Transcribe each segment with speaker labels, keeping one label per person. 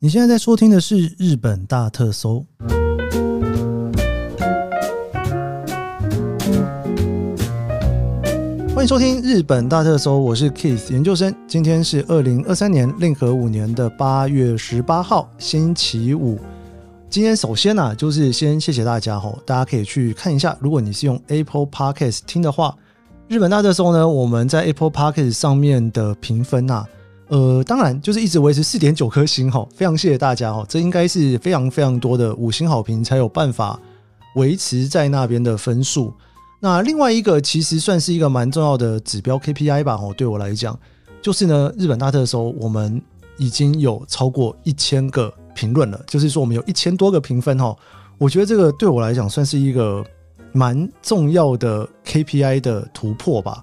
Speaker 1: 你现在在收听的是《日本大特搜》。欢迎收听《日本大特搜》，我是 Keith 研究生。今天是二零二三年令和五年的八月十八号，星期五。今天首先呢、啊，就是先谢谢大家吼，大家可以去看一下。如果你是用 Apple Podcast 听的话，《日本大特搜》呢，我们在 Apple Podcast 上面的评分呐、呃，当然就是一直维持四点九颗星哈， 非常谢谢大家哈，这应该是非常非常多的五星好评才有办法维持在那边的分数。那另外一个其实算是一个蛮重要的指标 KPI 吧，哦，对我来讲，就是呢，日本大特搜我们已经有超过一千个评论了，就是说我们有一千多个评分哦，我觉得这个对我来讲算是一个蛮重要的 KPI 的突破吧，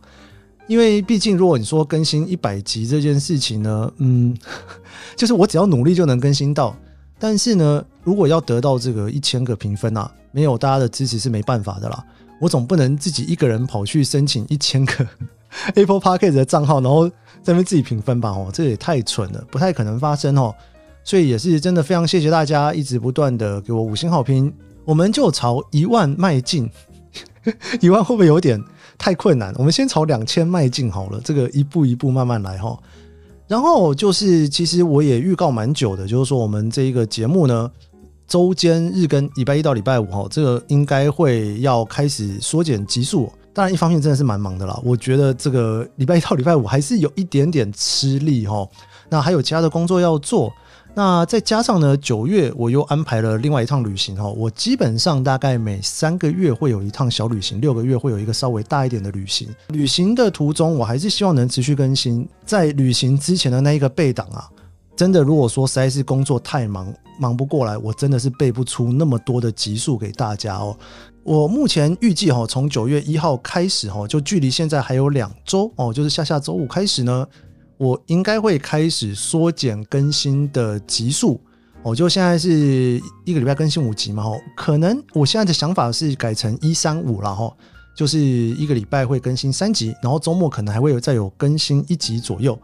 Speaker 1: 因为毕竟如果你说更新一百集这件事情呢，嗯， 就是我只要努力就能更新到，但是呢，如果要得到这个一千个评分啊，没有大家的支持是没办法的啦。我总不能自己一个人跑去申请一千个 Apple p a r k e t 的账号，然后在那边自己评分吧，哦，这也太蠢了，不太可能发生哦。所以也是真的非常谢谢大家一直不断的给我五星好评，我们就朝一万迈进。 一万会不会有点太困难？我们先朝两千迈进好了，这个一步一步慢慢来哈。然后就是，其实我也预告蛮久的，就是说我们这一个节目呢，周间日更，礼拜一到礼拜五哈，这个应该会要开始缩减集数。哦当然，一方面真的是蛮忙的啦，我觉得这个礼拜一到礼拜五还是有一点点吃力哈。那还有其他的工作要做，那再加上呢，九月我又安排了另外一趟旅行哈。我基本上大概每三个月会有一趟小旅行，六个月会有一个稍微大一点的旅行。旅行的途中，我还是希望能持续更新。在旅行之前的那一个备档啊，真的如果说实在是工作太忙，忙不过来，我真的是背不出那么多的集数给大家哦。我目前预计哈，从九月一号开始哈，就距离现在还有两周哦，就是下下周五开始呢，我应该会开始缩减更新的集数。我、就现在是一个礼拜更新五集嘛，吼，哦可能我现在的想法是改成一三五了吼，就是一个礼拜会更新三集，然后周末可能还会有再有更新一集左右。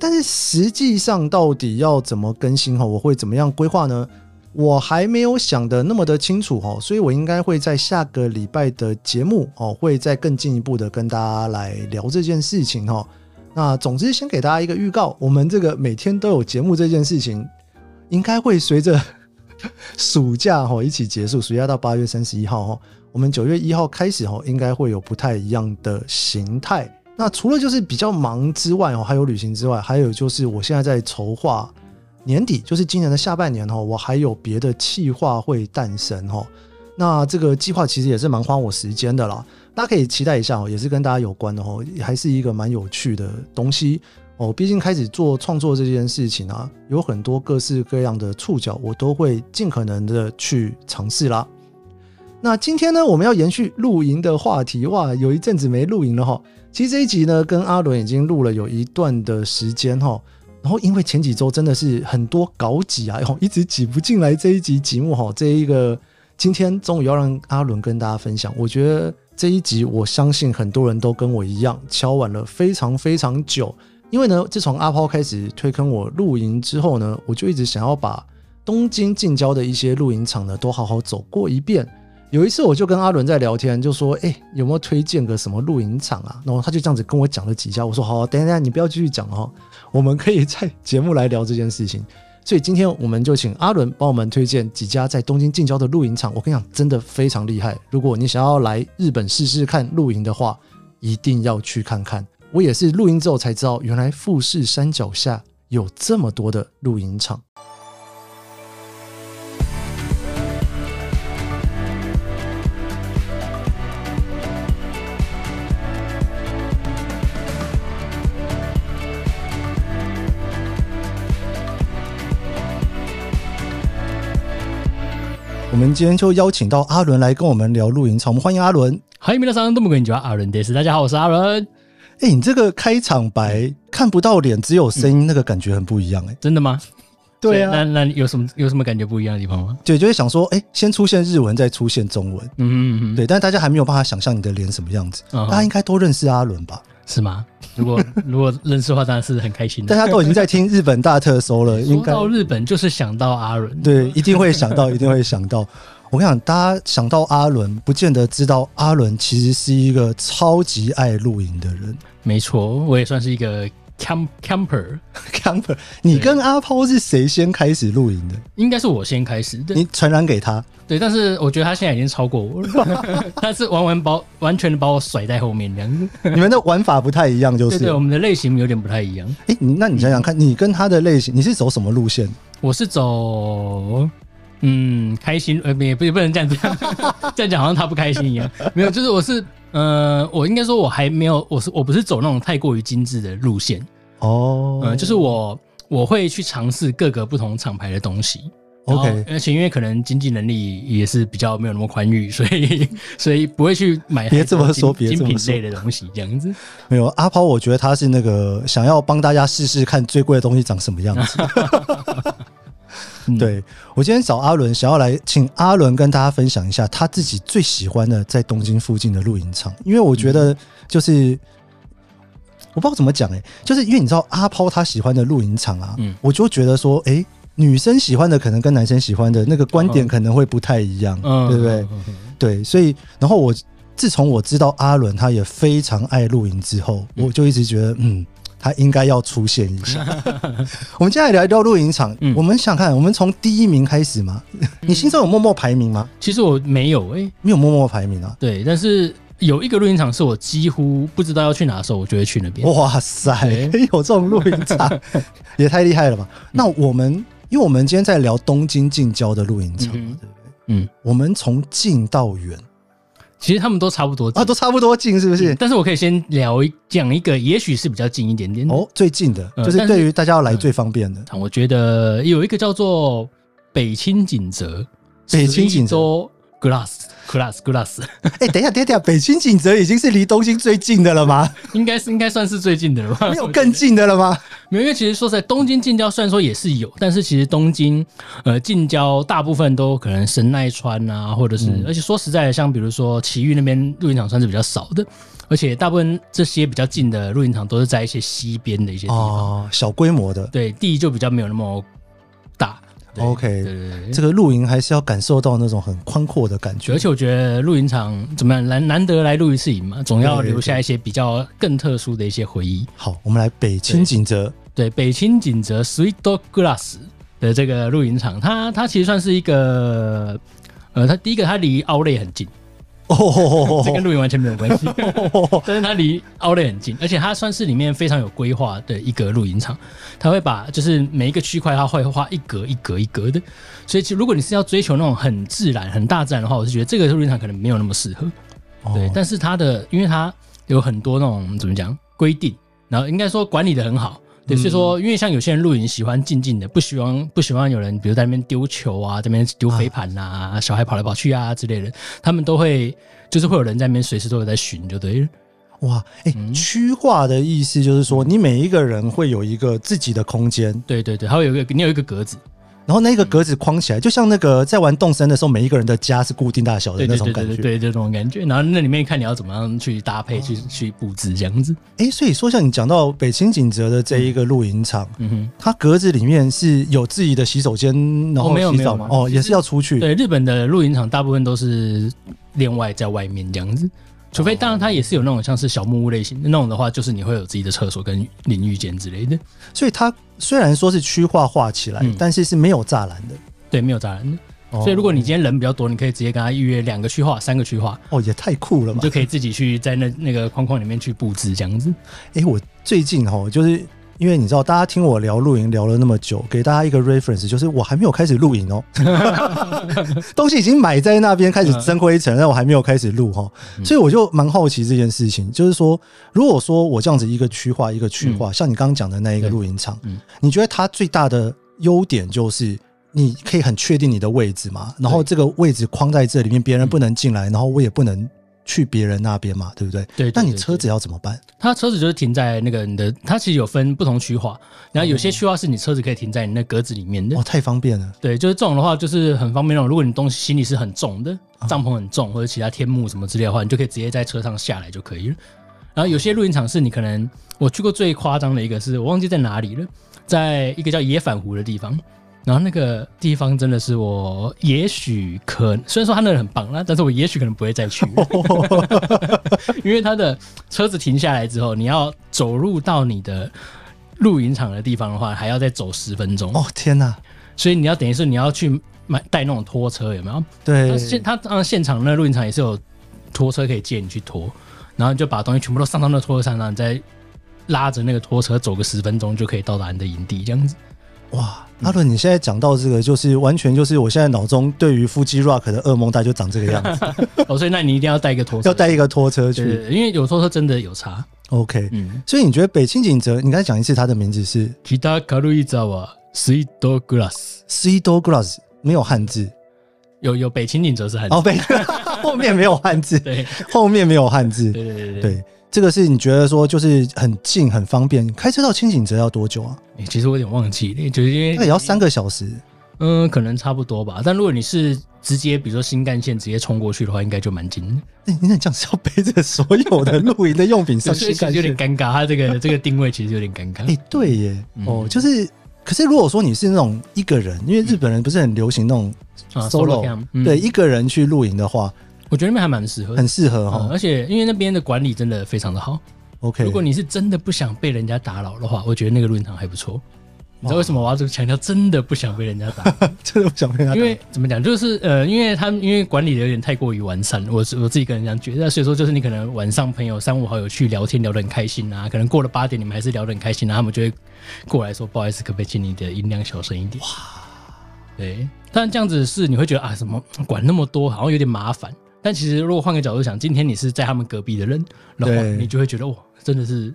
Speaker 1: 但是实际上到底要怎么更新哦哈，我会怎么样规划呢？我还没有想的那么的清楚哈，所以我应该会在下个礼拜的节目哦，会再更进一步的跟大家来聊这件事情哦哈。那总之，先给大家一个预告，我们这个每天都有节目这件事情，应该会随着 暑假哈一起结束，暑假到八月三十一号哈，我们九月一号开始哈，应该会有不太一样的形态。那除了就是比较忙之外哦，还有旅行之外，还有就是我现在在筹划年底，就是今年的下半年哦，我还有别的计划会诞生哦。那这个计划其实也是蛮花我时间的啦，大家可以期待一下哦，也是跟大家有关的哦，还是一个蛮有趣的东西哦。毕竟开始做创作这件事情啊，有很多各式各样的触角，我都会尽可能的去尝试啦。那今天呢，我们要延续露营的话题，哇，有一阵子没露营了哈。其实这一集呢，跟阿伦已经录了有一段的时间哈。然后因为前几周真的是很多稿挤啊，哦，一直挤不进来这一集节目哦哈。这一个今天终于要让阿伦跟大家分享，我觉得这一集我相信很多人都跟我一样敲碗了非常非常久，因为呢，自从阿抛开始推坑我露营之后呢，我就一直想要把东京近郊的一些露营场呢都好好走过一遍。有一次我就跟阿伦在聊天，就说：“哎、有没有推荐个什么露营场啊？”然后他就这样子跟我讲了几家。我说：“好，啊等一下你不要继续讲哦，我们可以在节目来聊这件事情。”所以今天我们就请阿伦帮我们推荐几家在东京近郊的露营场。我跟你讲，真的非常厉害。如果你想要来日本试试看露营的话，一定要去看看。我也是露营之后才知道，原来富士山脚下有这么多的露营场。我们今天就邀请到阿伦来跟我们聊露营场，我们欢迎阿伦。
Speaker 2: 嗨，皆さんどうもこんにちは、阿伦です。大家好，我是阿伦。
Speaker 1: 哎、你这个开场白看不到脸，只有声音，那个感觉很不一样哎、
Speaker 2: 真的吗？
Speaker 1: 对
Speaker 2: 那
Speaker 1: 啊，
Speaker 2: 那有什么有什么感觉不一样的地方吗？
Speaker 1: 对，就会想说，哎、先出现日文，再出现中文，
Speaker 2: 嗯嗯嗯，
Speaker 1: 对，但大家还没有办法想象你的脸什么样子。
Speaker 2: 嗯
Speaker 1: 大家应该都认识阿伦吧？
Speaker 2: 是吗？如果如果认识的话，当然是很开心
Speaker 1: 大
Speaker 2: 的。
Speaker 1: 家都已经在听日本大特搜 了，应
Speaker 2: 说
Speaker 1: 该
Speaker 2: 到日本，就是想到阿伦，
Speaker 1: 对，一定会想 到，一定会想到。我跟你讲，大家想到阿伦，不见得知道阿伦其实是一个超级爱露营的人。
Speaker 2: 没错，我也算是一个 camp camper，
Speaker 1: Camper，你跟阿抛是谁先开始露营的？
Speaker 2: 应该是我先开始，对
Speaker 1: 你传染给他，
Speaker 2: 对，但是我觉得他现在已经超过 我了，他是完完把完全的把我甩在后面这样子。
Speaker 1: 你们的玩法不太一样，就
Speaker 2: 对
Speaker 1: 是
Speaker 2: 对，。我们的类型有点不太一样。
Speaker 1: 哎，你那你想想看，你跟他的类型，你是走什么路线？
Speaker 2: 我是走，嗯，开心，呃，也不也不能这样讲， 这样讲好像他不开心一样。没有，就是我是，呃，我应该说我还没有，我是我不是走那种太过于精致的路线，
Speaker 1: 哦
Speaker 2: 嗯、，就是我我会去尝试各个不同厂牌的东西。然后
Speaker 1: OK，
Speaker 2: 而且因为可能经济能力也是比较没有那么宽裕，所以 所以不会去买
Speaker 1: 别
Speaker 2: 太
Speaker 1: 这
Speaker 2: 多
Speaker 1: 么说
Speaker 2: 精
Speaker 1: 别这么
Speaker 2: 精
Speaker 1: 说
Speaker 2: 品类的东西这样子。
Speaker 1: 没有阿抛，我觉得他是那个想要帮大家试试看最贵的东西长什么样子。
Speaker 2: 嗯
Speaker 1: 对我今天找阿伦，想要来请阿伦跟大家分享一下他自己最喜欢的在东京附近的露营场，因为我觉
Speaker 2: 嗯
Speaker 1: 得就是、我不知道怎么讲哎、就是因为你知道阿抛他喜欢的露营场啊，
Speaker 2: 嗯
Speaker 1: 我就觉得说哎、诶女生喜欢的可能跟男生喜欢的那个观点可能会不太一样，
Speaker 2: 嗯，
Speaker 1: 对不对？
Speaker 2: 嗯？嗯
Speaker 1: 对，所以然后我自从我知道阿伦他也非常爱露营之后，
Speaker 2: 嗯
Speaker 1: 我就一直觉得嗯。他应该要出现一下。我们接下来聊一聊露营场。
Speaker 2: 嗯
Speaker 1: 我们想看，我们从第一名开始嘛。你心中有默默排名吗？
Speaker 2: 其实我没有诶、
Speaker 1: 没有默默排名啊。
Speaker 2: 对，但是有一个录音场是我几乎不知道要去哪的时候，我就会去那边。
Speaker 1: 哇塞，
Speaker 2: 对
Speaker 1: 有这种露营场 也太厉害了吧！
Speaker 2: 嗯
Speaker 1: 那我们，因为我们今天在聊东京近郊的露营场嘛，
Speaker 2: 嗯哼
Speaker 1: 对不对？
Speaker 2: 嗯，
Speaker 1: 我们从近到远
Speaker 2: 其实他们都差不多
Speaker 1: 啊，都差不多近，是不是？
Speaker 2: 但是我可以先聊一讲一个，也许是比较近一点点的。
Speaker 1: 哦，最近的，
Speaker 2: 呃
Speaker 1: 就是
Speaker 2: 嗯但是嗯
Speaker 1: 对于大家要来最方便的。
Speaker 2: 我觉得有一个叫做北青井泽，
Speaker 1: 北青井泽
Speaker 2: glass glass glass，
Speaker 1: 哎、等一下，等一下，北京景泽已经是离东京最近的了 吗？
Speaker 2: 应该是应该算是最近的了吧？
Speaker 1: 没有更近的了吗？
Speaker 2: 没有，因为其实说实在，东京近郊虽然说也是有，但是其实东京呃近郊大部分都可能神奈川啊，或者是、
Speaker 1: 嗯
Speaker 2: 而且说实在的，像比如说埼玉那边露营场算是比较少的，而且大部分这些比较近的露营场都是在一些西边的一些地方，
Speaker 1: 哦，小规模的。
Speaker 2: 对地就比较没有那么大。对
Speaker 1: OK
Speaker 2: 对对对
Speaker 1: 这个露营还是要感受到那种很宽阔的感觉
Speaker 2: 而。且我觉得露营场怎么样，难难得来露一次营嘛，总要
Speaker 1: 对对对
Speaker 2: 留下一些比较更特殊的一些回忆。
Speaker 1: 好，我们来北青景泽。
Speaker 2: 对，北青井泽 Sweet Dog Glass 的这个露营场，它它其实算是一个，呃，它第一个它离奥莱很近，
Speaker 1: 哦吼吼吼
Speaker 2: 这跟
Speaker 1: 吼
Speaker 2: 露营完全没有关系，
Speaker 1: 吼吼，
Speaker 2: 但是它离奥莱很近，而且它算是里面非常有规划的一个露营场，它会把就是每一个区块它会画一格一格一格的，所以其实如果你是要追求那种很自然、很大自然的话，我是觉得这个露营场可能没有那么适合。对，
Speaker 1: 哦
Speaker 2: 但是它的因为它有很多那种怎么讲规定，然后应该说管理的很好。
Speaker 1: 嗯
Speaker 2: 对，所以说，因为像有些人露营喜欢静静的，不喜欢不喜欢有人，比如在那边丢球啊，在那边丢飞盘啊，小孩跑来跑去啊之类的，他们都会就是会有人在那边随时都有在巡，就对了。
Speaker 1: 哇，哎、
Speaker 2: 嗯
Speaker 1: 区划的意思就是说，你每一个人会有一个自己的空间，
Speaker 2: 对对对，还有一个你有一个格子，
Speaker 1: 然后那个格子框起来，就像那个在玩动森的时候，每一个人的家是固定大小的
Speaker 2: 对
Speaker 1: 那
Speaker 2: 对
Speaker 1: 种
Speaker 2: 对
Speaker 1: 感
Speaker 2: 对
Speaker 1: 觉哦
Speaker 2: 对。对，这种感觉。然后那里面看你要怎么样去搭配，去去布置这样子。
Speaker 1: 哎、所以说像你讲到北青景泽的这一个露营场，
Speaker 2: 嗯哼。
Speaker 1: 它格子里面是有自己的洗手间，然后
Speaker 2: 哦没有
Speaker 1: 洗澡
Speaker 2: 没
Speaker 1: 吗
Speaker 2: 有？没有
Speaker 1: 哦，也是要出去。
Speaker 2: 对，日本的露营场大部分都是另外在外面这样子，除非当然它也是有那种像是小木屋类型的那种的话，就是你会有自己的厕所跟淋浴间之类的。
Speaker 1: 所以它虽然说是区划画起来，
Speaker 2: 嗯
Speaker 1: 但是是没有栅栏的。
Speaker 2: 对，没有栅栏的，
Speaker 1: 哦
Speaker 2: 所以如果你今天人比较多，你可以直接跟他预约两个区划、三个区划，
Speaker 1: 哦，也太酷了
Speaker 2: 你
Speaker 1: 吧！
Speaker 2: 就可以自己去在那那个框框里面去布置这样子。
Speaker 1: 哎、我最近哦，就是因为你知道，大家听我聊露营聊了那么久，给大家一个 reference，就是我还没有开始露 营哦，东西已经买在那边开
Speaker 2: 嗯
Speaker 1: 始蒸灰尘，但我还没有开始录哈、哦，所以我就蛮好奇这件事情，就是说，如果说我这样子一个区划一个区划，像你刚刚讲的那一个
Speaker 2: 嗯对
Speaker 1: 露营场，
Speaker 2: 嗯
Speaker 1: 你觉得它最大的优点就是？你可以很确定你的位置嘛，然后这个位置框在这里面，别
Speaker 2: 嗯
Speaker 1: 人不能进来，然后我也不能去别人那边嘛，对不对？
Speaker 2: 对对
Speaker 1: 那你
Speaker 2: 对
Speaker 1: 车子要怎么办？
Speaker 2: 它车子就是停在那个你的，它其实有分不同区划，然后有些区划是你车子可以停在你那格子里面的
Speaker 1: 哦，，太方便了。
Speaker 2: 对，就是这种的话，就是很方便那种。如果你东西行李是很重的，帐篷很重或者其他天幕什么之类的话，你就可以直接在车上下来就可以了。然后有些露营场是你可能我去过最夸张的一个是我忘记在哪里了，在一个叫野反湖的地方。然后那个地方真的是我也许可，虽然说它那里很棒，那但是我也许可能不会再去了，因为它的车子停下来之后，你要走入到你的露营场的地方的话，还要再走十分钟，
Speaker 1: 哦天哪，
Speaker 2: 所以你要等于是你要去买带那种拖车，有没有？
Speaker 1: 对
Speaker 2: 他，现他当然现场那露营场也是有拖车可以借你去拖，然后你就把东西全部都上到那拖车上，然后你再拉着那个拖车走个十分钟就可以到达你的营地，这样子。嗯
Speaker 1: 哇，阿伦，你现在讲到这个，就是完全就是我现在脑中对于腹肌 rock 的噩梦，大概就长这个样 子，
Speaker 2: 哦，所以那你一定要带一个拖车，
Speaker 1: 要带一个拖车
Speaker 2: 对对
Speaker 1: 去。
Speaker 2: 对，因为有拖车真的有差。
Speaker 1: OK，
Speaker 2: 嗯，
Speaker 1: 所以你觉得北青井泽，你刚才讲一次他的名字是
Speaker 2: 其他卡路伊扎瓦水多格拉斯
Speaker 1: C Do Glass，没有汉字，
Speaker 2: 有有北青岭则是很
Speaker 1: 哦，北后面没有汉字，
Speaker 2: 对
Speaker 1: 后面没有汉字，
Speaker 2: 对对对对对。
Speaker 1: 对。这个是你觉得说就是很近很方便，开车到清井泽要多久啊？
Speaker 2: 诶其实我有点忘记了，就是因为
Speaker 1: 那也要三个小时
Speaker 2: 嗯，可能差不多吧。但如果你是直接，比如说新干线直接冲过去的话，应该就蛮近的。
Speaker 1: 欸、你那这样是要背着所有的露营的用品上
Speaker 2: 所以
Speaker 1: 新
Speaker 2: 其
Speaker 1: 干
Speaker 2: 实有点
Speaker 1: 线？
Speaker 2: 尴尬，它 这个这个定位其实有点尴尬。
Speaker 1: 哎、对耶，
Speaker 2: 嗯
Speaker 1: 哦，就是，可是如果说你是那种一个人，因为日本人不是很流行那种
Speaker 2: 啊
Speaker 1: solo，、
Speaker 2: camp，嗯
Speaker 1: 对，一个人去露营的话，
Speaker 2: 我觉得那边还蛮适合的
Speaker 1: 很。适合哈、
Speaker 2: 嗯而且因为那边的管理真的非常的好，
Speaker 1: OK，
Speaker 2: 如果你是真的不想被人家打扰的话，我觉得那个论坛还不错。你知道为什么我要这么强调？真的不想被人家打扰，
Speaker 1: 真的不想跟他打，
Speaker 2: 因为怎么讲，就是呃，因为他们因为管理的有点太过于完善，我是我自己个人这样觉得，所以说就是你可能晚上朋友三五好友去聊天聊得很开心啊，可能过了八点你们还是聊得很开心啊，他们就会过来说不好意思，可不可以请你的音量小声一点？哇，对，但这样子是你会觉得啊，什么管那么多好像有点麻烦，但其实如果换个角度想，今天你是在他们隔壁的人的话，
Speaker 1: 对
Speaker 2: 你就会觉得哇，真的是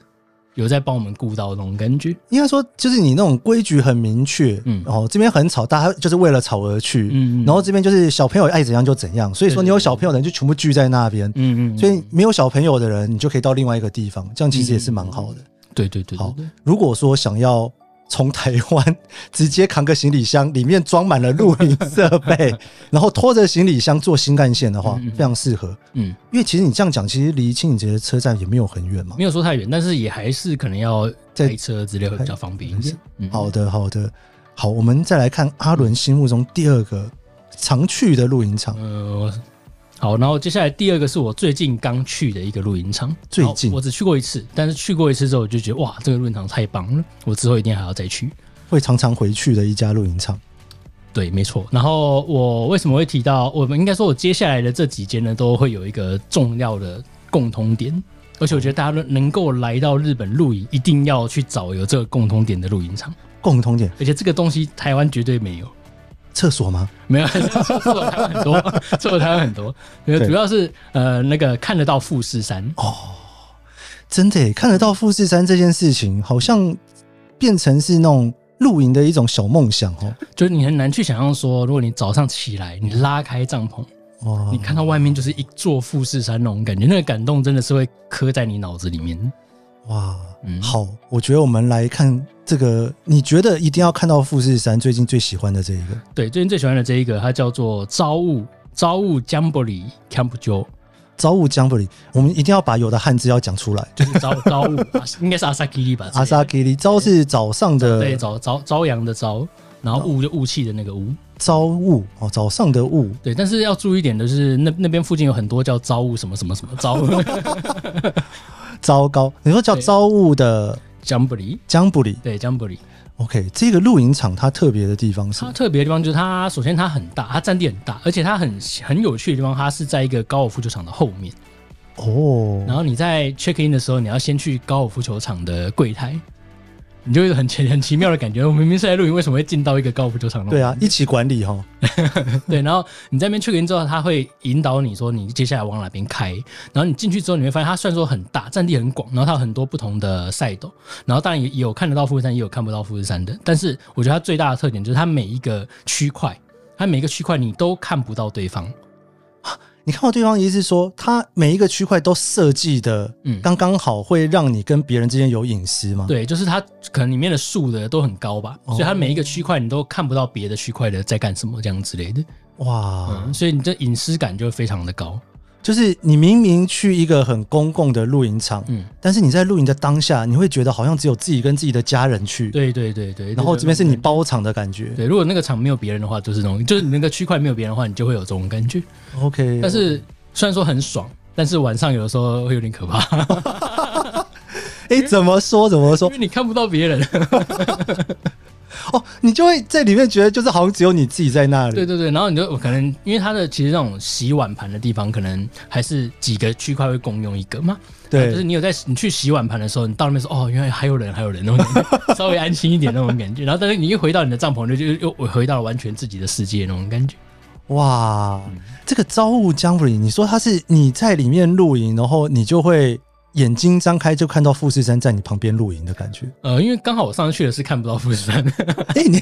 Speaker 2: 有在帮我们顾到的那种感觉，
Speaker 1: 应该说就是你那种规矩很明确，
Speaker 2: 嗯
Speaker 1: 哦，这边很吵，大家就是为了吵而去，
Speaker 2: 嗯嗯
Speaker 1: 然后这边就是小朋友爱怎样就怎样，所以说你有
Speaker 2: 对对对
Speaker 1: 小朋友的人就全部聚在那边，
Speaker 2: 嗯嗯，
Speaker 1: 所以没有小朋友的人，你就可以到另外一个地方，这样其实也是蛮好的。
Speaker 2: 对对对对
Speaker 1: 好
Speaker 2: 对。
Speaker 1: 如果说想要从台湾 直接扛个行李箱，里面装满了露营设 备，然后拖着行李箱坐新干线的话，
Speaker 2: 嗯嗯嗯
Speaker 1: 非常适合。
Speaker 2: 嗯，
Speaker 1: 因为其实你这样讲，其实离清景节的车站也没有很远嘛。
Speaker 2: 没有说太远，但是也还是可能要
Speaker 1: 在
Speaker 2: 开车之类会比较方便一些。嗯，
Speaker 1: 好的，好的，好，我们再来看阿伦心目中第二个常去的露营场，
Speaker 2: 呃，好，然后接下来第二个是我最近刚去的一个露营场，
Speaker 1: 最
Speaker 2: 然后
Speaker 1: 近
Speaker 2: 我只去过一次，但是去过一次之后我就觉得哇，这个露营场太棒了，我之后一定还要再去。
Speaker 1: 会常常回去的一家露营场。
Speaker 2: 对，没错。然后我为什么会提到？我们应该说，我接下来的这几间呢，都会有一个重要的共通点，而且我觉得大家都能够来到日本露营，一定要去找有这个共通点的露营场，
Speaker 1: 共同点，
Speaker 2: 而且这个东西台湾绝对没有。
Speaker 1: 厕所吗？
Speaker 2: 没有，厕所台湾很多， 厕所台湾很多，没有，
Speaker 1: 对哦
Speaker 2: 主要是呃那个看得到富士山，
Speaker 1: 真的耶看得到富士山这件事情，好像变成是那种露营的一种小梦想哦。
Speaker 2: 就是你很难去想象说，如果你早上起来，你拉开帐篷，
Speaker 1: 哦哇，
Speaker 2: 你看到外面就是一座富士山那种感觉，那个感动真的是会刻在你脑子里面。
Speaker 1: 哇，
Speaker 2: 嗯
Speaker 1: 好，我觉得我们来看这个，你觉得一定要看到富士山最近最喜欢的这一个
Speaker 2: 对，最近最喜欢的这一个，它叫做朝雾朝雾 Jamboree Camp Jo，
Speaker 1: 朝雾 j a m b o r e 我们一定要把有的汉字要讲出来。
Speaker 2: 就是朝 朝雾，应该是阿萨基里吧？
Speaker 1: 阿萨基里朝是早上
Speaker 2: 对，
Speaker 1: 的
Speaker 2: 朝朝朝阳的朝，然
Speaker 1: 哦
Speaker 2: 后雾就雾气的那个雾。
Speaker 1: 朝雾哦，早上的雾，
Speaker 2: 对，但是要注意一点的是，那那边附近有很多叫朝雾什么什么 什么朝雾
Speaker 1: 糟糕，你说叫
Speaker 2: 对
Speaker 1: 朝雾的
Speaker 2: Jamboree，
Speaker 1: j a m b o r e
Speaker 2: 对 Jamboree，
Speaker 1: OK，这个露营场它特别的地方是
Speaker 2: 它特别的地方就是它首先它很大，它占地很大，而且它很很有趣的地方，它是在一个高尔夫球场的后面。
Speaker 1: 哦
Speaker 2: 然后你在 check in 的时候，你要先去高尔夫球场的柜台，你就会有很奇很奇妙的感觉，我明明是在露营，为什么会进到一个高尔夫球场？
Speaker 1: 对啊，一起管理哈，
Speaker 2: 对，然后你在那边 check in 之后，他会引导你说你接下来往哪边开。然后你进去之后，你会发现它虽然说很大，占地很广，然后它有很多不同的赛道，然后当然也也有看得到富士山，也有看不到富士山的。但是我觉得它最大的特点就是它每一个区块，它每一个区块你都看不到对方。
Speaker 1: 你看到对方意思是说，他每一个区块都设计的
Speaker 2: 嗯
Speaker 1: 刚刚好，会让你跟别人之间有隐私吗？，
Speaker 2: 对，就是它可能里面的树的都很高吧，
Speaker 1: 哦
Speaker 2: 所以它每一个区块你都看不到别的区块的在干什么这样之类的。
Speaker 1: 哇，
Speaker 2: 嗯，所以你这隐私感就会非常的高。
Speaker 1: 就是你明明去一个很公共的露营场，
Speaker 2: 嗯，
Speaker 1: 但是你在露营的当下，你会觉得好像只有自己跟自己的家人去，
Speaker 2: 对对对对。
Speaker 1: 然后这边是你包场的感觉。
Speaker 2: 对，如果那个场没有别人的话，就是那种，就是你那个区块没有别人的话，你就会有这种感觉。
Speaker 1: OK，
Speaker 2: 但是虽然说很爽，但是晚上有的时候会有点 可怕，
Speaker 1: 哎，怎么说怎么
Speaker 2: 因
Speaker 1: 说
Speaker 2: 为你看不到别人。
Speaker 1: 哦，你就会在里面觉得就是好像只有你自己在那里。
Speaker 2: 对对对，然后你就我可能因为它的其实那种洗碗盘的地方，可能还是几个区块会共用一个嘛。
Speaker 1: 对
Speaker 2: 就是你有在你去洗碗盘的时候，你到那边说哦，原来还有人，还有 人那种感觉，稍微安心一点那种感觉。然后但是你一回到你的帐篷，就就又又回到了完全自己的世界那种感觉。
Speaker 1: 哇，
Speaker 2: 嗯
Speaker 1: 这个朝雾江里，你说它是你在里面露营，然后你就会眼睛张开就看到富士山在你旁边露营的感觉。
Speaker 2: 呃，因为刚好我上次去的是看不到富士山，
Speaker 1: 哎、你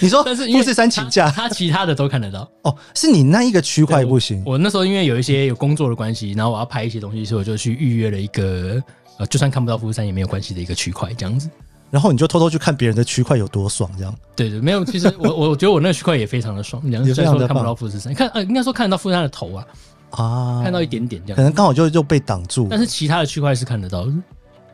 Speaker 1: 你说
Speaker 2: 但是因为
Speaker 1: 富士山请假
Speaker 2: 他其他的都看得到。
Speaker 1: 哦，是你那一个区块不行
Speaker 2: 我那时候因为有一些有工作的关系，然后我要拍一些东西，所以我就去预约了一个呃，就算看不到富士山也没有关系的一个区块，这样子。
Speaker 1: 然后你就偷偷去看别人的区块有多爽，这样
Speaker 2: 对对，没有。其实我我我觉得我那个区块也非常的爽，两
Speaker 1: 也
Speaker 2: 虽然
Speaker 1: 非常的
Speaker 2: 说看不
Speaker 1: 棒
Speaker 2: 到富士山，看呃应该说看得到富士山的头啊，
Speaker 1: 啊，
Speaker 2: 看到一点点这
Speaker 1: 可
Speaker 2: 样，
Speaker 1: 能刚好就就被挡住。
Speaker 2: 但是嗯其他的区块是看得到的。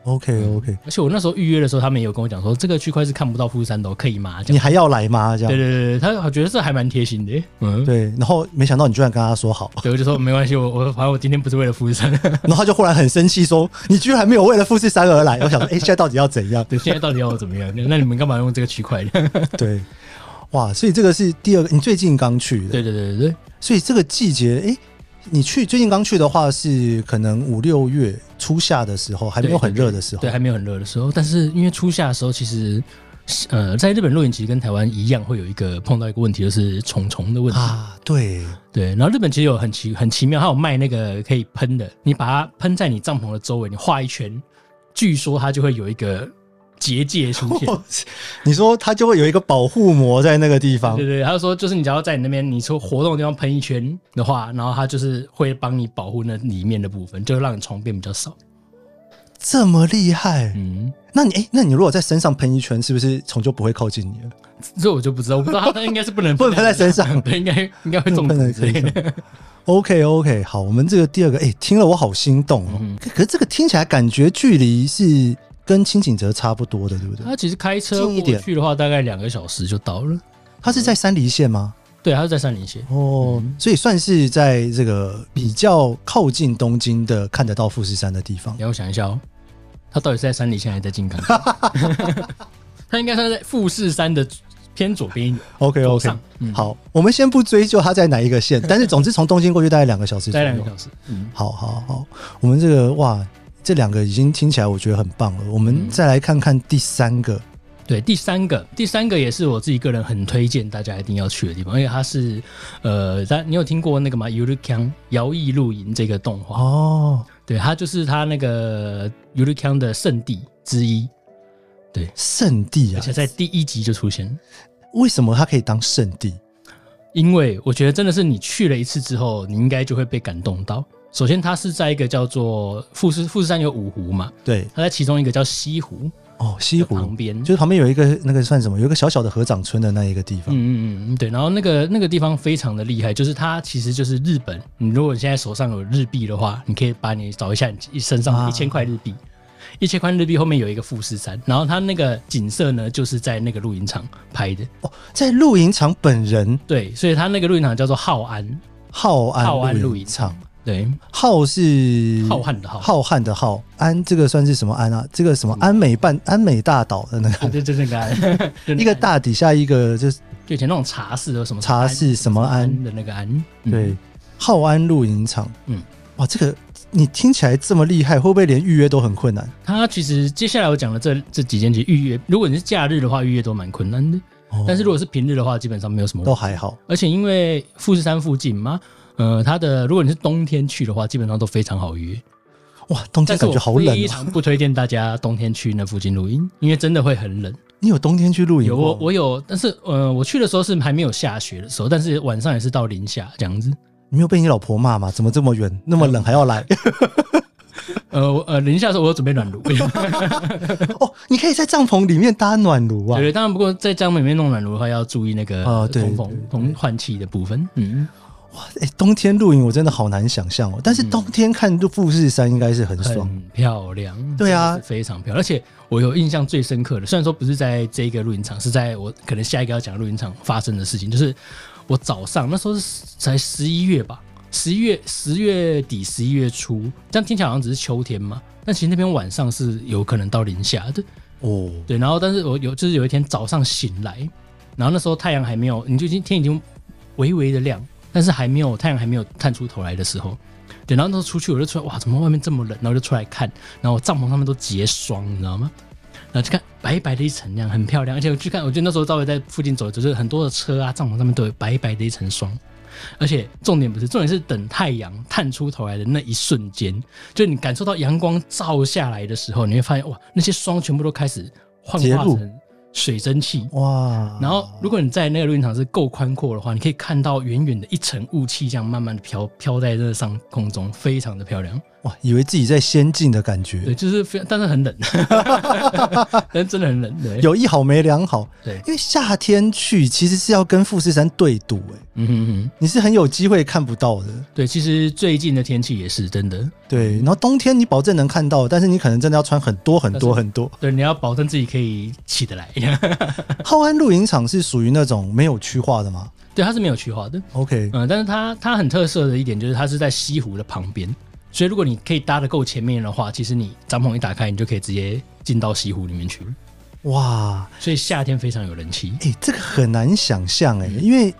Speaker 1: OK OK，
Speaker 2: 而且我那时候预约的时候，他们也有跟我讲说，这个区块是看不到富士山的哦，可以吗？这
Speaker 1: 你
Speaker 2: 样。
Speaker 1: 还要来吗？这样
Speaker 2: 对对对对，他我觉得这还蛮贴心的耶。嗯，对，
Speaker 1: 嗯对，然后没想到你居然跟他说好，
Speaker 2: 我就说没关系，我我反正我今天不是为了富士山。
Speaker 1: 然后他就忽然很生气说：“你居然没有为了富士山而来！”我想 说，哎、现在到底要怎样？
Speaker 2: 对，现在到底要我怎么样？那你们干嘛用这个区块？对
Speaker 1: 对，哇，所以这个是第二个，你最近刚去的，
Speaker 2: 对对对对，
Speaker 1: 所以这个季节，哎、你去最近刚去的话是可能五六月初夏的时候，还没有很热的时候，
Speaker 2: 对，还没有很热的时候，但是因为初夏的时候，其实呃，在日本露营其实跟台湾一样，会有一个碰到一个问题，就是虫虫的问题。
Speaker 1: 啊，对，
Speaker 2: 对，然后日本其实有很奇很奇妙，它有卖那个可以喷的，你把它喷在你帐篷的周围，你画一圈，据说它就会有一个结界出
Speaker 1: 哦
Speaker 2: 现。
Speaker 1: 你说它就会有一个保护膜在那个地方
Speaker 2: 对，对，他就说，就是你只要在你那边，你说活动的地方喷一圈的话，然后它就是会帮你保护那里面的部分，就让你虫变比较少。
Speaker 1: 这么厉害？
Speaker 2: 嗯，
Speaker 1: 那你哎、那你如果在身上喷一圈，是不是虫就不会靠近你了？
Speaker 2: 这我就不知道，我不知道它应该是不 能
Speaker 1: 不能喷在身上
Speaker 2: 对，应该应该会中
Speaker 1: 喷
Speaker 2: 毒
Speaker 1: 在
Speaker 2: 之类
Speaker 1: 身上
Speaker 2: 的。
Speaker 1: OK OK，好，我们这个第二个，哎、听了我好心动哦。
Speaker 2: 嗯
Speaker 1: 可可是这个听起来感觉距离是跟清景泽差不多的，对不对？
Speaker 2: 它其实开车
Speaker 1: 近一
Speaker 2: 过
Speaker 1: 点
Speaker 2: 去的话，大概两个小时就到了。
Speaker 1: 它是在山梨县吗？
Speaker 2: 对，它是在山林县。
Speaker 1: 哦，
Speaker 2: 嗯
Speaker 1: 所以算是在这个比较靠近东京的看得到富士山的地方
Speaker 2: 你。要我想一下哦，它到底是在山里县还是在 金刚？它应该算在富士山的偏左边一点，
Speaker 1: OK
Speaker 2: 头
Speaker 1: OK，
Speaker 2: 上嗯
Speaker 1: 好，我们先不追究它在哪一个 县，但是总之从东京过去大概两个小时左
Speaker 2: 待两
Speaker 1: 右
Speaker 2: 个。小时。嗯，
Speaker 1: 好好好，我们这个哇，这两个已经听起来我觉得很棒了。我们
Speaker 2: 嗯
Speaker 1: 再来看看第三个，
Speaker 2: 对，第三个，第三个也是我自己个人很推荐大家一定要去的地方，而且它是呃，它你有听过那个吗？《Yurikang 摇曳露营》这个动画，
Speaker 1: 哦，
Speaker 2: 对，它就是它那个 Yurikang 的圣地之一，
Speaker 1: 圣地
Speaker 2: 而
Speaker 1: 啊
Speaker 2: 且，在第一集就出现了。
Speaker 1: 为什么它可以当圣地？
Speaker 2: 因为我觉得真的是你去了一次之后，你应该就会被感动到。首先，它是在一个叫做富士富士山有五湖嘛，
Speaker 1: 对，
Speaker 2: 它在其中一个叫西湖
Speaker 1: 哦，西湖
Speaker 2: 旁边，
Speaker 1: 就是旁边有一个那个算什么，有一个小小的合掌村的那一个地方。
Speaker 2: 嗯嗯嗯，对。然后那个那个地方非常的厉害，就是它其实就是日本。你如果你现在手上有日币的话，你可以把你找一下你身上
Speaker 1: 啊
Speaker 2: 一千块日币，一千块日币后面有一个富士山，然后它那个景色呢，就是在那个露营场拍的。
Speaker 1: 哦，在露营场本人
Speaker 2: 对，所以它那个露营场叫做浩安，
Speaker 1: 浩安
Speaker 2: 浩安露
Speaker 1: 露
Speaker 2: 营
Speaker 1: 营场。
Speaker 2: 对，
Speaker 1: 浩是
Speaker 2: 浩瀚的浩
Speaker 1: 嗯浩瀚的浩，安这个算是什么安啊？这个什么安美半安美大岛的那个，
Speaker 2: 对对对，那 个
Speaker 1: 一个，大底下一个就是
Speaker 2: 就以前那种茶室有什么
Speaker 1: 茶室什么安
Speaker 2: 安的那个安，嗯
Speaker 1: 对，浩安露营场，
Speaker 2: 嗯，
Speaker 1: 哇，这个你听起来这么厉害，会不会连预约都很困难？
Speaker 2: 它其实接下来我讲的这这几间，其实预约，如果你是假日的话，预约都蛮困难的。
Speaker 1: 哦
Speaker 2: 但是如果是平日的话，基本上没有什么问
Speaker 1: 都
Speaker 2: 题。
Speaker 1: 还好，
Speaker 2: 而且因为富士山附近嘛，呃，它的如果你是冬天去的话，基本上都非常好约。
Speaker 1: 哇，冬
Speaker 2: 嗯但
Speaker 1: 天
Speaker 2: 是
Speaker 1: 感
Speaker 2: 我
Speaker 1: 觉好冷、
Speaker 2: 非
Speaker 1: 哦。
Speaker 2: 常不推荐大家冬天去那附近露营，因为真的会很冷。
Speaker 1: 你有冬天去露营
Speaker 2: 有
Speaker 1: 过
Speaker 2: 我
Speaker 1: 吗？
Speaker 2: 我有，但是呃，我去的时候是还没有下雪的时候，但是晚上也是到零下这样子。
Speaker 1: 你没有被你老婆骂吗？怎么这么远，那么冷还要来？
Speaker 2: 呃我呃，零下的时候我有准备暖炉。
Speaker 1: 哦，你可以在帐篷里面搭暖炉啊！
Speaker 2: 嗯对，当然不过在帐篷里面弄暖炉的话，要注意那个
Speaker 1: 啊对
Speaker 2: 通风、
Speaker 1: 对对
Speaker 2: 通换气的部分。嗯，
Speaker 1: 哎、冬天露营我真的好难想象哦，但是
Speaker 2: 嗯
Speaker 1: 冬天看富士山应该是很爽。
Speaker 2: 很漂亮，
Speaker 1: 对啊
Speaker 2: 真的是非常漂亮。而且我有印象最深刻的，虽然说不是在这一个露营场，是在我可能下一个要讲的露营场发生的事情，就是我早上那时候是才十一月吧，十一月十月底十一月初，这样听起来好像只是秋天嘛，但其实那边晚上是有可能到零下的。
Speaker 1: 哦，
Speaker 2: 对，然后但是我有就是有一天早上醒来，然后那时候太阳还没有，你就已经天已经微微的亮，但是还没有太阳还没有探出头来的时候，对，然后那时候出去我就出来，哇，怎么外面这么冷？然后我就出来看，然后我帐篷上面都结霜，你知道吗？然后就看白白的一层那样，很漂亮。而且我去看，我觉得那时候稍微在附近走，就是很多的车啊，帐篷上面都有白白的一层霜。而且重点不是，重点是等太阳探出头来的那一瞬间，就你感受到阳光照下来的时候，你会发现哇，那些霜全部都开始幻
Speaker 1: 结
Speaker 2: 化
Speaker 1: 露
Speaker 2: 成水蒸气。
Speaker 1: 哇！
Speaker 2: 然后，如果你在那个露营场是够宽阔的话，你可以看到远远的一层雾气这样慢慢的飘飘在这上空中，非常的漂亮。
Speaker 1: 哇，以为自己在仙境的感觉
Speaker 2: 对，，就是非常，但是很 冷，但是真的很冷。对，
Speaker 1: 有一好没两好。
Speaker 2: 对
Speaker 1: 因为夏天去其实是要跟富士山对赌、哎，
Speaker 2: 嗯哼哼，
Speaker 1: 你是很有机会看不到的。
Speaker 2: 对，其实最近的天气也是真的，
Speaker 1: 对，然后冬天你保证能看到，但是你可能真的要穿很多很多
Speaker 2: 但是
Speaker 1: 很多。
Speaker 2: 对，你要保证自己可以起得来。
Speaker 1: 浩安露营场是属于那种没有区划的吗
Speaker 2: 对，它是没有区划的，
Speaker 1: ？OK，
Speaker 2: 嗯、但是它它很特色的一点就是它是在西湖的旁边，所以如果你可以搭得够前面的话，其实你帐篷一打开，你就可以直接进到西湖里面去，
Speaker 1: 哇，
Speaker 2: 所以夏天非常有人气。
Speaker 1: 哎、这个很难想象
Speaker 2: 嗯
Speaker 1: 哎、因为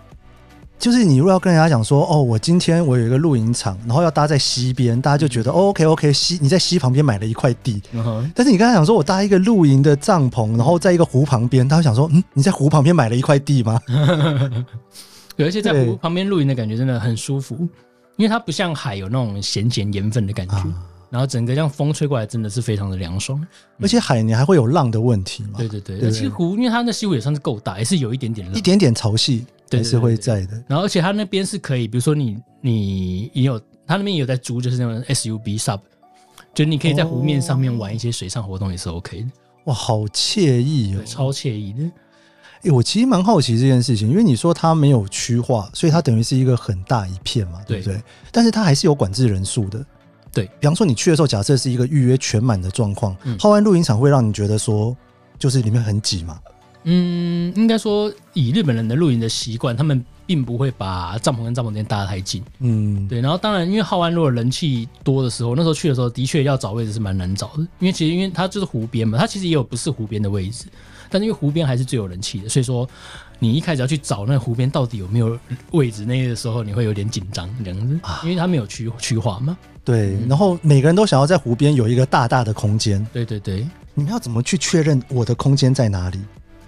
Speaker 1: 就是你如果要跟人家讲说，哦，我今天我有一个露营场，然后要搭在溪边，大家就觉得、哦、OK OK，溪你在溪旁边买了一块地。
Speaker 2: 嗯哼，
Speaker 1: 但是你刚才讲说，我搭一个露营的帐篷，然后在一个湖旁边，他会想说，嗯，你在湖旁边买了一块地吗？
Speaker 2: 嗯对，而且在
Speaker 1: 对
Speaker 2: 湖旁边露营的感觉真的很舒服，因为它不像海有那种咸咸盐分的感觉，然后整个这样风吹过来真的是非常的凉爽。
Speaker 1: 而且海你还会有浪的问题嘛
Speaker 2: 对，对对，
Speaker 1: 对
Speaker 2: 而且湖因为它那西湖也算是够大，也是有一点点
Speaker 1: 一
Speaker 2: 冷。
Speaker 1: 点点潮汐
Speaker 2: 对
Speaker 1: 还
Speaker 2: 对
Speaker 1: 是会在的。
Speaker 2: 然后而且它那边是可以，比如说你你也有，它那边也有在租，就是那种 SUB sub，就是你可以在湖面上面玩一些水上活动也是 OK 的，
Speaker 1: 哇，好惬意哦
Speaker 2: 哦对，！超惬意的。
Speaker 1: 诶，我其实蛮好奇这件事情，因为你说它没有区划，所以它等于是一个很大一片嘛，对
Speaker 2: 对
Speaker 1: 不对？但是它还是有管制人数的。
Speaker 2: 对
Speaker 1: 比方说你去的时候，假设是一个预约全满的状况，
Speaker 2: 嗯
Speaker 1: 浩湾露营场会让你觉得说，就是里面很挤嘛。
Speaker 2: 嗯，应该说以日本人的露营的习惯，他们并不会把帐篷跟帐篷之间搭得太近。
Speaker 1: 嗯，
Speaker 2: 对，然后当然，因为浩湾如果人气多的时候，那时候去的时候，的确要找位置是蛮难找的，因为其实因为它就是湖边嘛，它其实也有不是湖边的位置，但是因为湖边还是最有人气的，所以说你一开始要去找那个湖边到底有没有位置，那个时候你会有点紧张这样子，因为它没有区区划嘛。
Speaker 1: 对。
Speaker 2: 嗯
Speaker 1: 然后每个人都想要在湖边有一个大大的空间，
Speaker 2: 对对对，
Speaker 1: 你们要怎么去确认我的空间在哪里？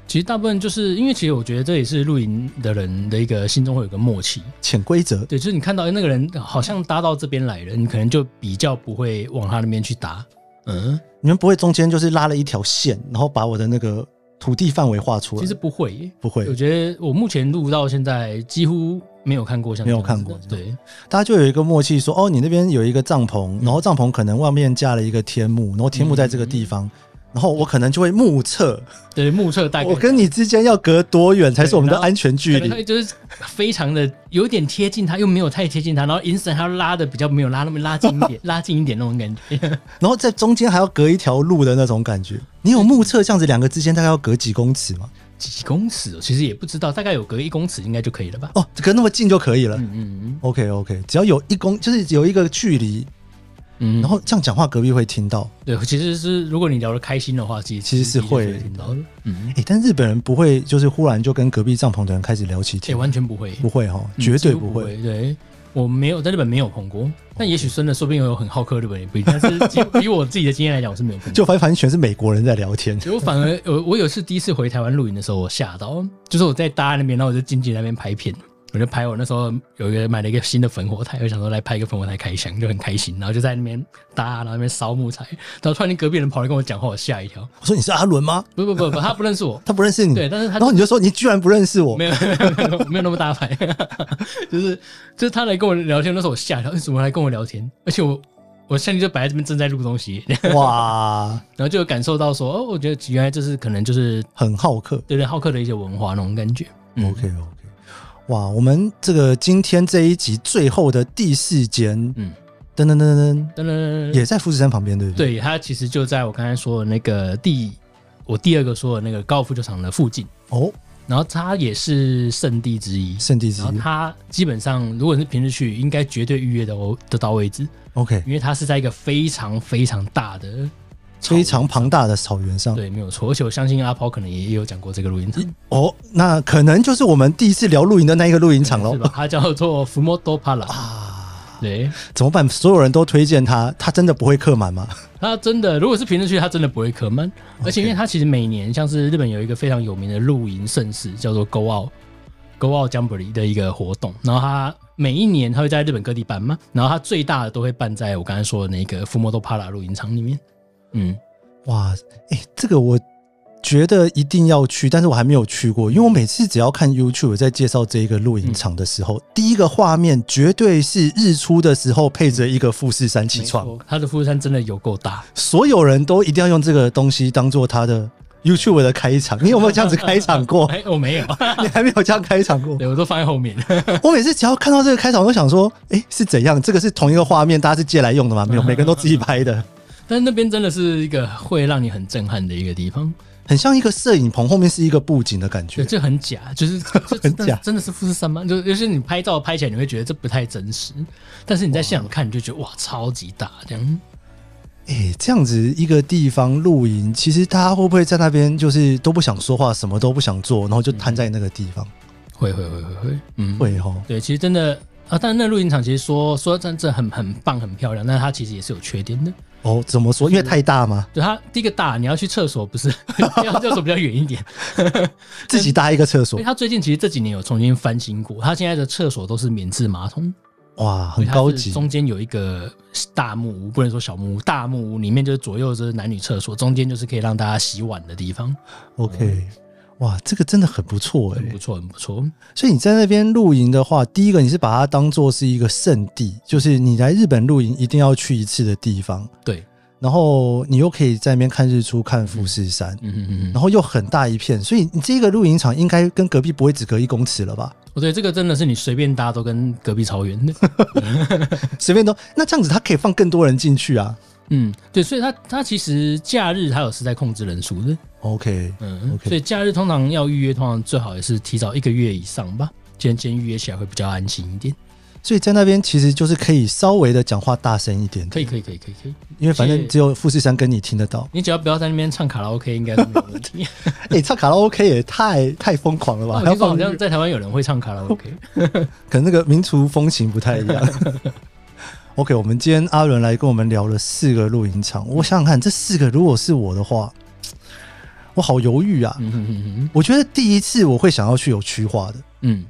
Speaker 2: 其实大部分就是因为其实我觉得这也是露营的人的一个心中会有个默契，
Speaker 1: 潜规则
Speaker 2: 对，就是你看到哎诶那个人好像搭到这边来了，你可能就比较不会往他那边去搭，嗯。
Speaker 1: 你们不会中间就是拉了一条线，然后把我的那个土地范围画出来？
Speaker 2: 其实不会耶，
Speaker 1: 不会
Speaker 2: 我觉得我目前录到现在几乎没有看过像
Speaker 1: 没有
Speaker 2: 这样
Speaker 1: 看
Speaker 2: 子
Speaker 1: 过
Speaker 2: 的
Speaker 1: 这
Speaker 2: 对
Speaker 1: 大家就有一个默契说，哦，你那边有一个帐
Speaker 2: 嗯
Speaker 1: 篷，然后帐篷可能外面架了一个天幕，然后天幕在这个地方。然后我可能就会目测，
Speaker 2: 对，目测嗯大概
Speaker 1: 我跟你之间要隔多远才是我们的安全距
Speaker 2: 可能
Speaker 1: 离？
Speaker 2: 会就是非常的有点贴近他，又没有太贴近他，然后眼神还要拉的比较没有拉那么拉近一点， 拉近一点那种感觉。
Speaker 1: 然后在中间还要隔一条路的那种感觉。你有目测这样子两个之间大概要隔几公尺吗？
Speaker 2: 几公尺哦，其实也不知道，大概有隔一公尺应该就可以了吧？
Speaker 1: 哦，隔那么近就可以了。
Speaker 2: 嗯嗯
Speaker 1: OK OK，只要有一公，就是有一个距离，
Speaker 2: 嗯，
Speaker 1: 然后这样讲话隔壁会听到。
Speaker 2: 对，其实是如果你聊得开心的话，其实
Speaker 1: 其实是
Speaker 2: 的确
Speaker 1: 会
Speaker 2: 听到的，嗯，
Speaker 1: 诶，但日本人不会就是忽然就跟隔壁帐篷的人开始聊起
Speaker 2: 也
Speaker 1: 天，
Speaker 2: 完全不会，
Speaker 1: 不会哈、哦，
Speaker 2: 嗯
Speaker 1: 绝对
Speaker 2: 几乎
Speaker 1: 不
Speaker 2: 不
Speaker 1: 会。。
Speaker 2: 对，我没有在日本没有碰过，但也许真的说不定有很好客的日本人也不一定。 但是以以我自己的经验来讲，我是没有碰过。
Speaker 1: 就反反正全是美国人在聊天。
Speaker 2: 就我反而 我我有一次第一次回台湾露营的时候，我吓到，就是我在搭那边，然后我就静静在那边拍片，我就拍我那时候有一个买了一个新的烽火台，我想说来拍一个烽火台开箱，就很开心，然后就在那边搭，然后那边烧木材，然后突然间隔壁人跑来跟我讲话，我吓一跳，
Speaker 1: 我说你是阿伦吗？
Speaker 2: 不不不不，他不认识 我，
Speaker 1: 他不认识你，
Speaker 2: 对，但是他
Speaker 1: 然后你就说你居然不认识我
Speaker 2: 没，有没 有没有没有那么大牌，就是就是他来跟我聊天的时候，我吓一跳，为哎什么来跟我聊天？而且我我现在就摆在这边正在录东西，然
Speaker 1: 哇，
Speaker 2: 后就有感受到说，哦，我觉得原来这是可能就是
Speaker 1: 很好客。
Speaker 2: 对对好客的一些文化那种感觉。嗯
Speaker 1: OK OK，哇，我们这个今天这一集最后的第四间，嗯
Speaker 2: 嗯，
Speaker 1: 噔噔噔噔
Speaker 2: 噔噔
Speaker 1: 噔，也在富士山旁边，对不对？对，
Speaker 2: 对，它其实就在我刚才说的那个第我第二个说的那个高尔夫球场的附近，
Speaker 1: 哦，
Speaker 2: 然后它也是圣地之一。
Speaker 1: 圣地之
Speaker 2: 然后
Speaker 1: 一。
Speaker 2: 它基本上，如果是平日去，应该绝对预约的哦，得到位置，
Speaker 1: OK，
Speaker 2: 因为它是在一个非常非常大的草
Speaker 1: 非
Speaker 2: 原
Speaker 1: 常庞大的草原上，
Speaker 2: 对，没有错。而且我相信阿抛可能也也有讲过这个露营场，
Speaker 1: 哦，那可能就是我们第一次聊露营的那一个露营场喽
Speaker 2: 是。吧？它叫做福摩多帕拉。
Speaker 1: 啊，
Speaker 2: 对，
Speaker 1: 怎么办？所有人都推荐他，他真的不会客满吗？
Speaker 2: 它真的，如果是平日去，它真的不会渴闷。而且因为它其实每年，像是日本有一个非常有名的露营盛事，叫做 Go Out Go Out Jamboree 的一个活动，然后它每一年它会在日本各地办嘛，然后它最大的都会办在我刚才说的那个福摩多帕拉露营场里面。嗯，
Speaker 1: 哇，哎、这个我觉得一定要去，但是我还没有去过，因
Speaker 2: 嗯
Speaker 1: 为我每次只要看 YouTube 在介绍这一个露营场的时
Speaker 2: 嗯
Speaker 1: 候，第一个画面绝对是日出的时候配着一个富士山起
Speaker 2: 没
Speaker 1: 床，
Speaker 2: 错，它哦的富士山真的有够大，
Speaker 1: 所有人都一定要用这个东西当做他的 YouTube 的开场。你有没有这样子开场过？
Speaker 2: 哎，我 没有，
Speaker 1: 你还没有这样开场过。
Speaker 2: 对我都放在后面。
Speaker 1: 我每次只要看到这个开场，我都想说，哎、是怎样？这个是同一个画面，大家是借来用的吗？
Speaker 2: 嗯
Speaker 1: 没有，每个人都自己拍的，
Speaker 2: 但是那边真的是一个会让你很震撼的一个地方，
Speaker 1: 很像一个摄影棚后面是一个布景的感
Speaker 2: 对，
Speaker 1: 觉。
Speaker 2: 这很假，就是 这
Speaker 1: 很假
Speaker 2: 真的真的是富士山吗？就就是你拍照拍起来，你会觉得这不太真实，但是你在现场看，你就觉得哇，超级大这样。
Speaker 1: 哎、这样子一个地方露营，其实大家会不会在那边就是都不想说话，什么都不想做，然后就瘫在那个地方？
Speaker 2: 会会会会会，嗯，
Speaker 1: 会哦，
Speaker 2: 对，其实真的啊，但那露营场其实说说真的很很棒，很漂亮，但是它其实也是有缺点的。
Speaker 1: 哦，怎么说？因为太大吗？
Speaker 2: 对，它第一个大，你要去厕所不是 要厕所比较远一 点，嗯
Speaker 1: 自己搭一个厕所
Speaker 2: 所以，它最近其实这几年有重新翻新过，它现在的厕所都是免治马桶。
Speaker 1: 哇，
Speaker 2: 所
Speaker 1: 很
Speaker 2: 以它
Speaker 1: 高
Speaker 2: 是
Speaker 1: 级。
Speaker 2: 中间有一个大木屋，不能说小木屋，大木屋里面就是左右就是男女厕所，中间就是可以让大家洗碗的地方，
Speaker 1: OK，哇，这个真的很不错哎、
Speaker 2: 很不错，很不错。
Speaker 1: 所以你在那边露营的话，第一个你是把它当做是一个圣地，就是你来日本露营一定要去一次的地方。
Speaker 2: 对，
Speaker 1: 然后你又可以在那边看日出、看富士山，
Speaker 2: 嗯嗯嗯
Speaker 1: 然
Speaker 2: 嗯。
Speaker 1: 后又很大一片，所以你这个露营场应该跟隔壁不会只隔一公尺了吧？
Speaker 2: 我对这个真的是你随便搭都跟隔壁 超远的。
Speaker 1: 随便都那这样子，它可以放更多人进去啊。
Speaker 2: 嗯，对，所以它它其实假日它有是在控制人数的，
Speaker 1: OK，
Speaker 2: 嗯
Speaker 1: OK
Speaker 2: 所以假日通常要预约，通常最好也是提早一个月以上吧，今天今天预约起来会比较安心一点。
Speaker 1: 所以在那边其实就是可以稍微的讲话大声一点，
Speaker 2: 可以可以可以可以可以，
Speaker 1: 因为反
Speaker 2: 而
Speaker 1: 正
Speaker 2: 且
Speaker 1: 只有富士山跟你听得到。
Speaker 2: 你只要不要在那边唱卡拉 OK，应该都没有问 题。
Speaker 1: 哎、唱卡拉 OK 也太太疯狂了吧？
Speaker 2: 我
Speaker 1: 还要
Speaker 2: 听说好
Speaker 1: 放
Speaker 2: 像在台湾有人会唱卡拉 OK。
Speaker 1: 可能那个民族风情不太一样。OK，我们今天阿伦来跟我们聊了四个露营场，我想想看，这四个如果是我的话，我好犹豫啊。
Speaker 2: 嗯哼哼哼。
Speaker 1: 我觉得第一次我会想要去有区划的，
Speaker 2: 嗯，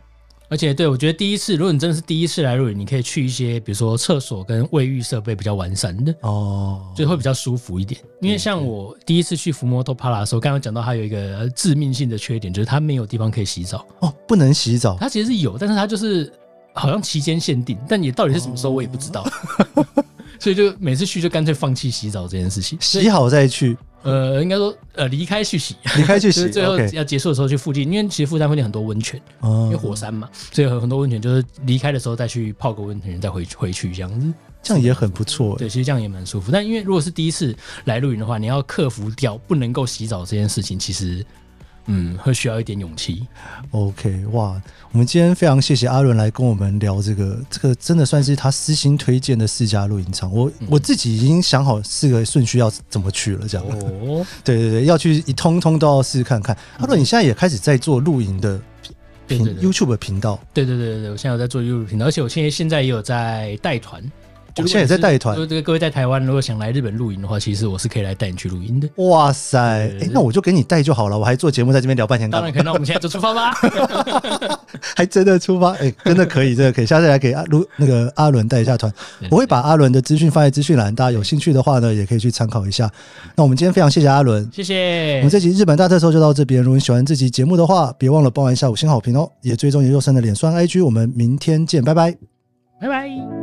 Speaker 2: 而且对我觉得第一次，如果你真的是第一次来瑞典，你可以去一些比如说厕所跟卫浴设备比较完善的，
Speaker 1: 哦，嗯
Speaker 2: 就会比较舒服一点。因为像我第一次去福摩托帕拉的时候，刚刚讲到它有一个呃致命性的缺点，就是它没有地方可以洗澡。
Speaker 1: 哦，不能洗澡，
Speaker 2: 它其实是有，但是它就是好像期间限定，但也到底是什么时候我也 不知道。所以就每次去就干脆放弃洗澡这件事情，
Speaker 1: 洗好再去，
Speaker 2: 呃，应该说呃离开去洗，
Speaker 1: 离开去
Speaker 2: 就
Speaker 1: 洗
Speaker 2: 是。最后
Speaker 1: OK，
Speaker 2: 要结束的时候去附近，因为其实富士山附近很多温泉，因为
Speaker 1: 哦，
Speaker 2: 火山嘛，所以有很多温泉就是离开的时候再去泡个温泉，再回回去这样子。
Speaker 1: 这样也很不错。
Speaker 2: 对，其实这样也蛮舒服。但因为如果是第一次来露营的话，你要克服掉不能够洗澡这件事情，其实嗯，会需要一点勇气。
Speaker 1: OK，哇，我们今天非常谢谢阿伦来跟我们聊这个，这个真的算是他私心推荐的四家露营场。我、
Speaker 2: 嗯
Speaker 1: 我自己已经想好四个顺序要怎么去了，这样。
Speaker 2: 哦，
Speaker 1: 对对对，要去一通通都要试试看看。阿伦，你现在也开始在做露营的
Speaker 2: 对
Speaker 1: 频
Speaker 2: 嗯 对对
Speaker 1: YouTube 频道，
Speaker 2: 对对对对对，我现在有在做 YouTube 频道，而且我现在现在也有在带团。
Speaker 1: 我哦现在也在带团
Speaker 2: 如果这个各位在台湾，如果想来日本露营的话，其实我是可以来带你去露营的。
Speaker 1: 哇塞！
Speaker 2: 对
Speaker 1: 哎
Speaker 2: 对，对
Speaker 1: 那我就给你带就好了，我还做节目在这边聊半天干
Speaker 2: 当
Speaker 1: 嘛
Speaker 2: 然？可以，那我们现在就出 发吧。
Speaker 1: 还真的出发，哎，真的可以，真的可以，下次来给阿卢那个阿伦带一下团。我会把阿伦的资讯放在资讯栏，大家有兴趣的话呢，也可以去参考一下。那我们今天非常谢谢阿伦，
Speaker 2: 谢谢
Speaker 1: 我们。这集日本大特搜就到这边。如果你喜欢这集节目的话，别忘了帮我按下五星好评哦，也追踪研究生的脸酸 IG。我们明天见，拜拜。
Speaker 2: 拜拜。